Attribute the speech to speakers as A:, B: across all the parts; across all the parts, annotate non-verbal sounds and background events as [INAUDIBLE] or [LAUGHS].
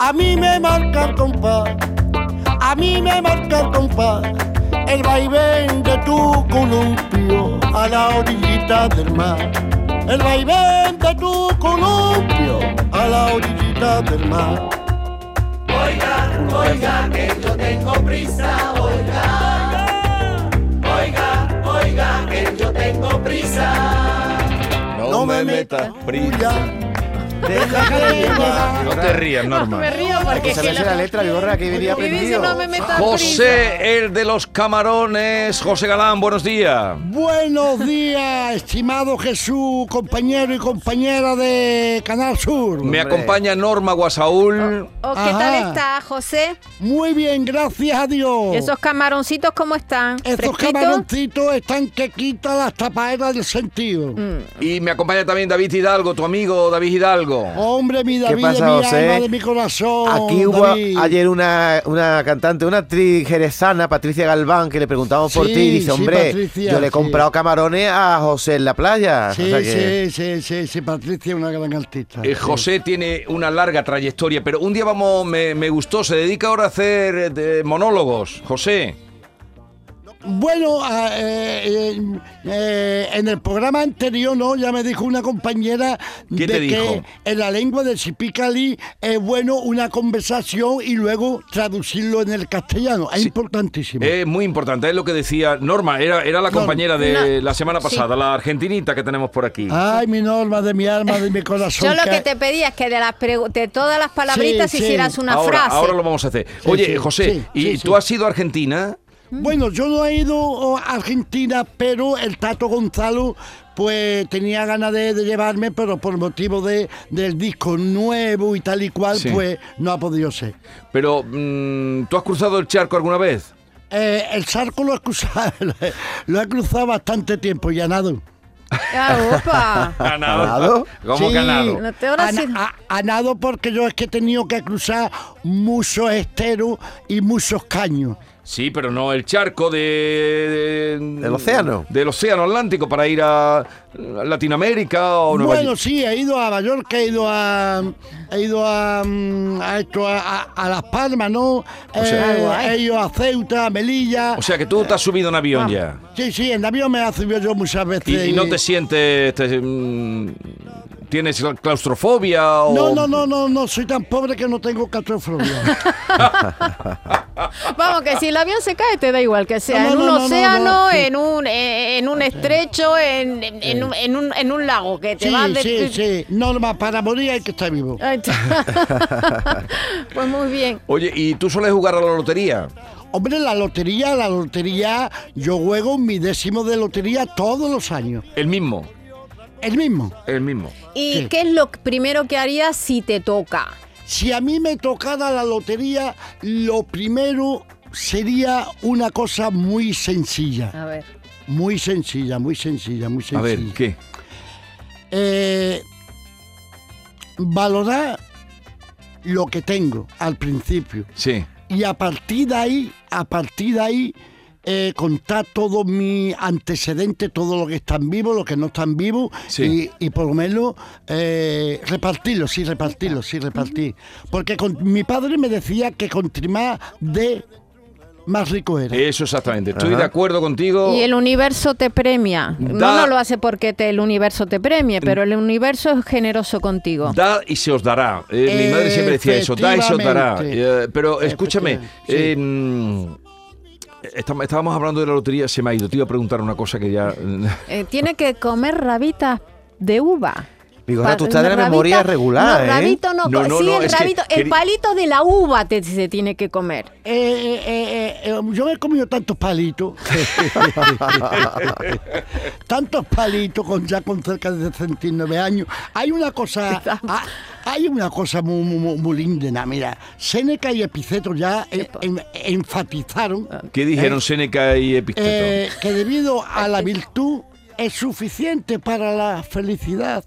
A: A mí me marca el compás, a mí me marca el compás, el vaivén de tu columpio a la orillita del mar. El vaivén de tu columpio a la orillita del mar.
B: Oiga, oiga, que yo tengo prisa, oiga. Oiga, oiga, que yo tengo prisa.
C: No, me metas prisa.
A: bulla,
C: Déjame llevar.
D: No te rías,
E: No me
D: Norma.
E: río
C: Hay
E: porque
C: que
E: es que
C: saberse la letra, Vigorra, que venía
E: Y dice
C: aprendido.
E: no me metas prisa.
D: José, el de los camarones. José Galán, buenos días.
A: Buenos días, estimado Jesús, compañero y compañera de Canal Sur.
D: Me
C: Hombre.
D: acompaña Norma Guasaúl.
E: Oh, ¿Qué tal
A: Ajá.
E: está, José?
A: Muy bien, gracias a Dios.
E: ¿Esos camaroncitos cómo están?
A: Estos
E: ¿Fresquitos?
A: camaroncitos están que quitan las tapaderas del sentido.
E: Mm.
D: Y me acompaña también David Hidalgo, tu amigo David Hidalgo.
A: Hombre, mi David,
C: pasa,
A: de mi
C: José?
A: alma, de mi corazón.
C: Aquí hubo
A: David.
C: ayer una, una cantante, una actriz jerezana, Patricia Galván, que le preguntamos por
A: Sí,
C: ti y dice,
A: sí,
C: hombre,
A: Patricia,
C: yo le he
A: sí.
C: comprado camarones a José en la playa. O
A: Sí,
C: sea que-
A: sí, sí, sí, sí, Patricia es una gran artista.
D: Eh, José tiene una larga trayectoria, pero un día vamos, me, me gustó, se dedica ahora a hacer eh, de- monólogos. José,
A: Bueno, ah, eh, eh, eh, en el programa anterior, ¿no? Ya me dijo una compañera de
D: ¿Qué te
A: que
D: dijo?
A: en la lengua de Cipicali es bueno una conversación y luego traducirlo en el castellano. Es importantísimo.
D: es muy importante, es lo que decía Norma, era, era la compañera de
E: No.
D: la semana
E: Sí.
D: pasada, la argentinita que tenemos por aquí.
A: Ay, mi norma de mi alma,
E: [LAUGHS]
A: de mi corazón.
E: Yo lo que
A: que-
E: te pedía es que de, las pregu- de todas las palabritas
A: Sí, sí.
E: hicieras una
D: ahora,
E: frase.
D: ahora lo vamos a hacer.
A: Sí,
D: Oye,
A: sí,
D: José,
A: sí,
D: ¿y
A: sí,
D: tú
A: sí.
D: has ido a Argentina?
A: Bueno, yo no he ido oh, a Argentina, pero el Tato Gonzalo pues tenía ganas de, de llevarme, pero por motivo de, del disco nuevo y tal y cual,
D: Sí.
A: pues no ha podido ser.
D: Pero, mm, ¿tú has cruzado el charco alguna vez?
A: Eh, el charco lo he cruzado, [LAUGHS] lo he cruzado bastante tiempo y a nado.
E: Ah,
D: [LAUGHS]
E: opa.
D: Ganado.
C: ¿Ganado?
D: ¿Cómo
A: Sí.
D: ganado?
E: No te ahora
A: a,
E: sí.
A: a- a nado porque yo es que he tenido que cruzar muchos esteros y muchos caños.
D: Sí, pero no el charco de,
C: ¿Del océano?
D: Del océano Atlántico para ir a Latinoamérica o Nueva
A: Bueno,
D: York.
A: sí, he ido a Mallorca, he ido a. He ido a. mm, a esto, a, a- a Las Palmas, ¿no? Eh, he ido a Ceuta, a Melilla.
D: O sea que tú te has subido en avión ya.
A: sí, sí, en avión me ha subido yo muchas veces.
D: Y, y no te sientes. te, mm, ¿Tienes claustrofobia? O...
A: No, no, no, no, no, soy tan pobre que no tengo
D: [LAUGHS]
A: castrofobia.
E: Vamos, que si el avión se cae, te da igual que sea
A: ah. No, no,
E: en un
A: no, no, no,
E: océano,
A: no. Sí.
E: en un eh, en un estrecho, en, en- en un, en, un, en un lago, que te
A: Sí,
E: vas de...
A: sí, sí. Norma, para morir hay que estar vivo.
E: [LAUGHS]
A: [LAUGHS]
E: Ahí está. pues muy bien.
D: Oye, ¿y tú sueles jugar a la lotería?
A: Hombre, la lotería, la lotería, yo juego mi décimo de lotería todos los años.
D: El mismo.
A: El mismo.
D: El mismo.
E: ¿Y
A: Sí.
E: qué es lo primero que harías si te toca?
A: Si a mí me tocara la lotería, lo primero sería una cosa muy sencilla.
E: A ver.
A: Muy sencilla, muy sencilla, muy
D: A
A: sencilla.
D: ver, ¿qué?
A: Eh, valorar lo que tengo al principio.
D: Sí.
A: Y a partir de ahí, a partir de ahí, eh, contar todos mis antecedentes, todo lo que están vivos, lo que no están vivos,
D: Sí.
A: y, y por lo menos eh, repartirlo, sí, repartirlo, sí, repartir. Porque con- mi padre me decía que contra más de más rico era.
D: Eso exactamente. Estoy
C: Ajá.
D: de acuerdo contigo.
E: Y el universo te premia. No,
D: Oh. Da-
E: no lo hace porque te- el universo te premie, pero el universo es generoso contigo.
D: Da y se os dará. Eh, mi madre siempre decía eso, da y se os dará.
A: Efectivamente.
D: Eh, pero escúchame,
A: Efectivamente, sí.
D: eh, mm, estam- estábamos hablando de la lotería, se me ha ido. Te iba a preguntar una cosa que ya... [LAUGHS]
E: Eh, tiene que comer rabitas de uva.
C: Vigorra, tú
E: Pa-
C: estás de la
E: una
C: memoria
E: rabita-
C: regular,
E: no,
C: ¿eh?
E: rabito no,
D: No,
E: co-
D: no,
E: sí,
D: no,
E: el
D: es que
E: rabito, el
D: queri-
E: palito de la uva te, se tiene que comer.
A: Eh, eh, eh, eh, eh, yo me he comido tantos palitos, tantos palitos con ya con cerca de 69 años. Hay una cosa, ha- hay una cosa muy, muy, muy- muy linda, na, mira, Seneca y Epiceto ya eh, en- enfatizaron
D: ¿Qué dijeron Seneca y Epicteto?
A: eh, que debido a la virtud es suficiente para la felicidad.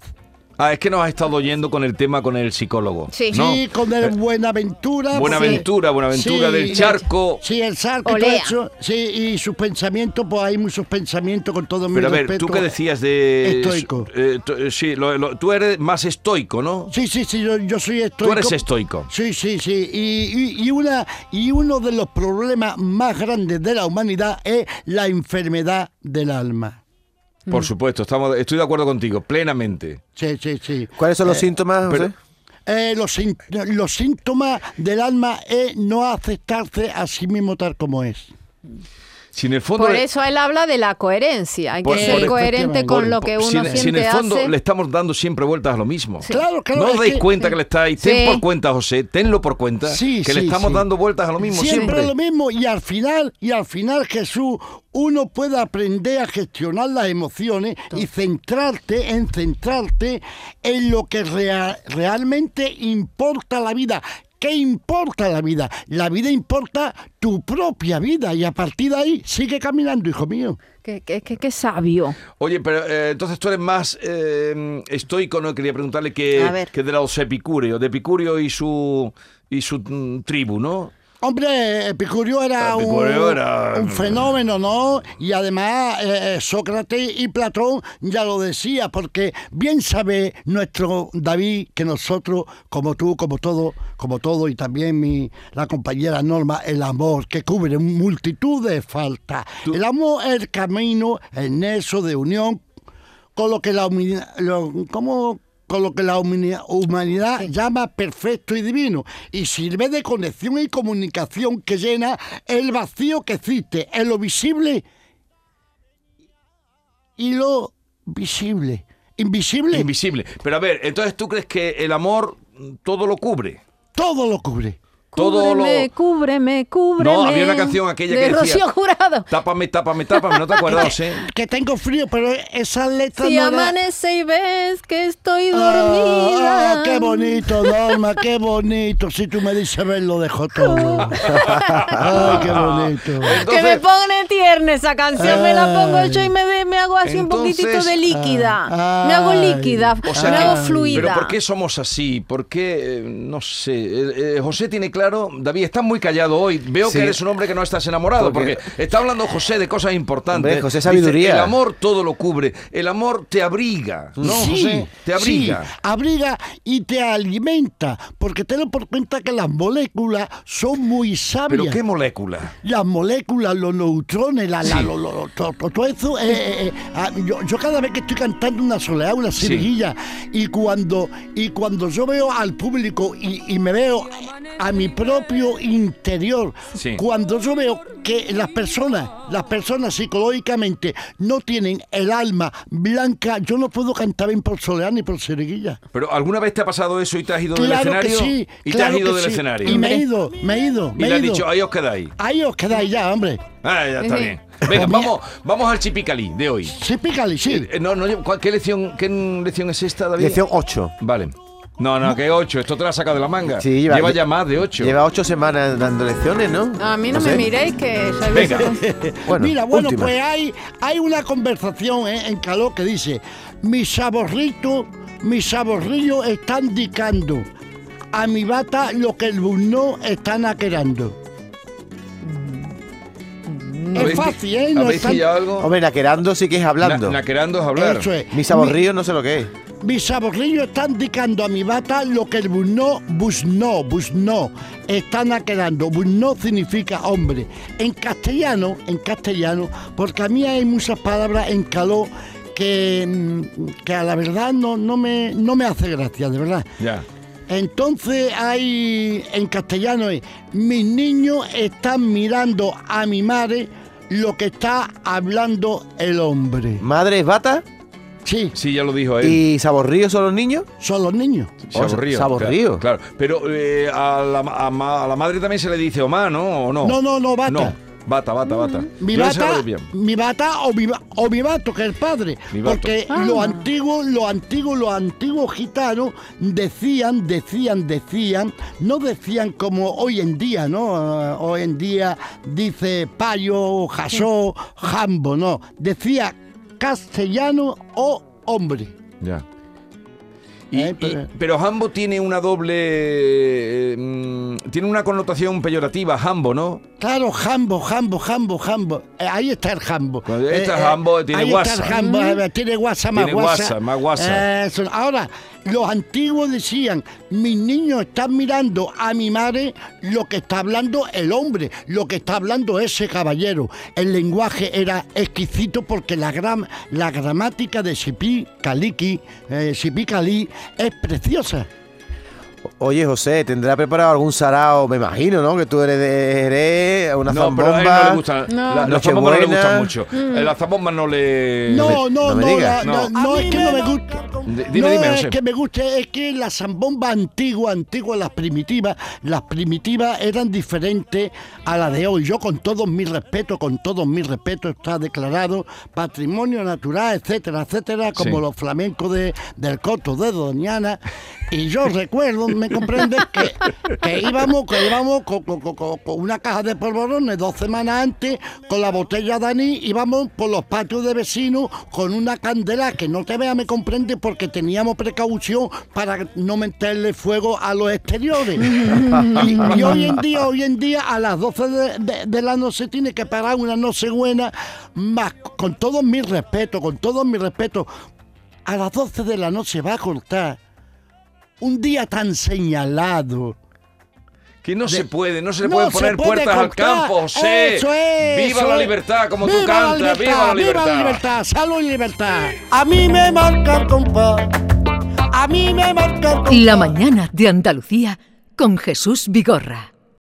D: Ah, es que nos ha estado oyendo con el tema con el psicólogo.
E: Sí.
D: ¿no? Eh,
A: Sí, con el Buenaventura.
D: Buenaventura, Buenaventura del charco.
A: Sí, el charco. y todo
E: Olea.
A: eso, sí, y sus pensamientos, pues hay muchos pensamientos con todo mi
D: Pero a ver,
A: respeto.
D: tú que decías de...
A: Estoico.
D: Eh, tú- eh, sí, lo- lo- tú eres más estoico, ¿no?
A: Sí, sí, sí, yo, yo soy estoico.
D: eres estoico.
A: Sí, sí, sí. Y, y- y una, y uno de los problemas más grandes de la humanidad es la enfermedad del alma. Mm.
D: Por supuesto, estamos, estoy de acuerdo contigo, plenamente.
A: Sí, sí, sí.
C: ¿Cuáles son los síntomas, José?
D: pero-
A: Eh, los, sin- los síntomas del alma es no aceptarse a sí mismo tal como es.
D: Si en el fondo...
E: Por
D: le-
E: eso él habla de la coherencia. Hay que
D: Por-
E: ser
D: por-
E: coherente
D: por-
E: con lo que
D: por-
E: uno
D: si, en-
E: siempre
D: si en el fondo
E: hace.
D: le estamos dando siempre vueltas a lo mismo.
A: Claro, claro,
D: No os
A: es
D: dais
A: que-
D: cuenta que le estáis...
E: Sí.
D: Ten por cuenta, José, tenlo por cuenta.
A: Sí,
D: que le
A: sí,
D: estamos
A: sí.
D: dando vueltas a lo mismo siempre.
A: Siempre lo mismo y al final, y al final Jesús, uno puede aprender a gestionar las emociones y centrarte en centrarte en lo que rea- realmente importa a la vida. ¿Qué importa la vida? La vida importa tu propia vida y a partir de ahí sigue caminando, hijo mío.
E: Qué, qué- qué- qué sabio.
D: Oye, pero eh, entonces tú eres más eh, estoico, ¿no? Quería preguntarle que,
E: A ver.
D: que de los epicúreos, de Epicurio y su, y su mm, tribu, ¿no?
A: Hombre, Epicurio era,
D: Epicurio
A: un,
D: era-
A: un fenómeno, ¿no? Y además eh, eh, Sócrates y Platón ya lo decía, porque bien sabe nuestro David que nosotros, como tú, como todo, como todo y también mi la compañera Norma, el amor que cubre multitud de faltas. El amor es el camino, el nexo de unión con lo que la humanidad, con lo que la humani- humanidad llama perfecto y divino y sirve de conexión y comunicación que llena el vacío que existe en lo visible y lo visible. Invisible,
D: Invisible. Pero a ver, entonces tú crees que el amor mm, todo lo cubre.
A: todo lo cubre.
D: Todo lo.
E: Cúbreme, cúbreme, cúbreme.
D: No, había una canción aquella
E: de
D: que decía.
E: Rocío Jurado.
D: Tápame, tápame,
A: [LAUGHS]
D: tápame, no te acuerdas, ¿eh?
A: Que tengo frío, pero esa letra
E: Si
A: no era-
E: amanece y ves que estoy
A: Ah,
E: dormida.
A: ah, qué bonito, Norma, qué bonito. Si tú me dices ver, lo dejo
E: [LAUGHS]
A: todo. Ay, qué bonito.
E: que me
D: Entonces-
E: pone tierna esa canción, me la pongo yo y me, de- me hago así
D: Entonces-
E: un poquitito de líquida.
A: Ah,
E: me hago
A: ay,
E: líquida,
D: O sea
E: me
D: que-
A: Ah.
E: hago fluida.
D: Pero ¿por qué somos así? ¿Por qué? eh, No sé. Eh, eh, José tiene claro. David, estás muy callado hoy. Veo
C: Sí.
D: que eres un hombre que no estás enamorado. Porque,
C: Porque-
D: está hablando José de cosas importantes.
C: Hombre, José,
D: Dice,
C: sabiduría.
D: el amor todo lo cubre. El amor te abriga. ¿No,
A: Sí,
D: José? Te abriga.
A: sí, abriga y te alimenta, porque ten por cuenta que las moléculas son muy sabias.
D: Pero ¿qué molécula?
A: las moléculas, los neutrones, la, la- lo- lo- lo- to- to- todo eso. eh, eh, eh, ah, yo, yo cada vez que estoy cantando una soleá, una
D: Sí.
A: cirugía, y cuando y cuando yo veo al público y, y me veo a mi propio interior,
D: Sí.
A: cuando yo veo que las personas, las personas psicológicamente no tienen el alma blanca, yo no puedo cantar bien por soleá ni por cirugilla.
D: ¿Pero alguna vez te ha pasado eso y te has ido del
A: Claro que
D: escenario?
A: sí.
D: Y
A: claro
D: te has ido
A: que
D: del
A: sí.
D: escenario.
A: Y me he ido, me he ido,
D: Y
A: me
D: le
A: he
D: has
A: ido.
D: dicho, ahí os quedáis.
A: Ahí os quedáis ya, hombre.
D: Ah, ya está
E: Ujú.
D: bien. Venga, vamos, vamos al chipicalí de hoy.
A: Pues Sí, pícale, sí.
D: Eh, No, no, yo- ¿cuál- ¿qué lección, qué lección es esta, David?
C: Lección 8.
D: Vale. No, no, que 8. Esto te la has sacado de la manga.
C: Sí,
D: lleva,
C: lleva-
D: ya más de 8.
C: Lleva 8 semanas dando lecciones, ¿no?
E: A mí no, me
C: sé.
E: miréis que soy
D: Venga.
C: Bueno,
A: Mira, bueno,
C: última.
A: pues hay, hay una conversación eh, en calor que dice, mis saborritos, mis saborrillos están dicando, a mi bata lo que el bunó están aquerando. Es
D: ¿Habéis pi-
A: fácil, ¿eh? No
D: ¿Habéis
A: es tan-
D: pillado algo?
C: Hombre, naquerando sí que es hablando.
D: Na- naquerando es hablar.
A: Eso es.
C: Mi saborrío no sé lo que es.
A: Mis saborrillos están dicando a mi bata lo que el busno, busno, busno, están aquedando. Busno significa hombre. En castellano, en castellano, porque a mí hay muchas palabras en caló que, mm, que a la verdad no, no, me, no me hace gracia, de verdad.
D: Ya.
A: Entonces hay, en castellano es, mis niños están mirando a mi madre lo que está hablando el hombre.
C: Madre es bata
A: Sí,
D: Sí, ya lo dijo él.
C: y saborrío son los niños.
A: son los niños.
D: Saborrío.
C: Saborrío.
D: Claro. claro. Pero eh, a, la, ma- a ma- a la madre también se le dice Omá, ¿no? ¿O no?
A: No, no, no, bata. Mm,
D: No. Bata, bata, bata.
A: Mi
D: Yo esa la
A: bata,
D: doy bien.
A: mi bata o mi, ba- o mi bato, que es el padre.
D: Mi bato.
A: Porque los antiguos, los antiguos, los antiguos gitanos decían, decían, decían, no decían como hoy en día, ¿no? Ah, hoy en día dice payo, jasó, jambo, no. Decía castellano o hombre.
D: Ya. Y-
A: Eh,
D: y-
A: pero-
D: pero... Hambo tiene una doble. eh, mm, tiene una connotación peyorativa, Hambo, ¿no?
A: Claro, jambo, jambo, jambo, jambo. Eh, ahí está el jambo. Eh,
D: Ahí está el jambo, tiene
A: ahí
D: guasa. Mm.
A: Está el jambo, a ver, tiene guasa más
D: Tiene
A: guasa.
D: guasa, más guasa.
A: Eso. Ahora, los antiguos decían, mis niños están mirando a mi madre lo que está hablando el hombre, lo que está hablando ese caballero. El lenguaje era exquisito porque la, gram- la gramática de Sipí Caliqui, eh, Sipí Calí, es preciosa.
C: Oye, José, ¿tendrá preparado algún sarao? Me imagino, ¿no? Que tú eres de Jerez, una
D: no, pero a él no le
C: zambomba.
D: gusta.
E: No.
D: La, la
C: Nochebuena.
D: zambomba no le gusta mucho. Eh, La zambomba no le.
A: Mm. No, no,
C: me- no me
A: no,
C: digas.
A: la- no,
D: No.
A: no,
E: A
A: es
E: mí
A: que
E: me
A: no me
E: da-
A: gusta.
D: D- dime,
A: no
D: dime,
A: es
D: José.
A: que me guste, es que la zambomba antigua, antigua, las primitivas, las primitivas eran diferentes a las de hoy. Yo con todos mis respetos, con todos mis respetos, está declarado patrimonio natural, etcétera, etcétera, como
D: Sí.
A: los flamencos de, del Coto de Doñana. Y yo recuerdo, me comprendes, que, que íbamos, que íbamos con, con- con- con- con una caja de polvorones dos semanas antes, con la botella de anís, íbamos por los patios de vecinos con una candela que no te vea, me comprendes, porque teníamos precaución para no meterle fuego a los exteriores. y, y hoy en día, hoy en día, a las 12 de, de- de la noche tiene que parar una noche buena, más con todo mi respeto, con todo mi respeto, a las 12 de la noche va a cortar un día tan señalado.
D: Que no se puede, no se le
A: No
D: pueden
A: se
D: poner
A: puede
D: puertas al
A: cortar.
D: campo, José.
A: Eso es,
D: viva
A: eso
D: la
A: es.
D: libertad, como tú
A: Viva la
D: cantas, viva la libertad.
A: Viva la libertad, salud y libertad.
B: A mí me marca el compás, a mí me marca el compás.
F: La mañana de Andalucía con Jesús Vigorra.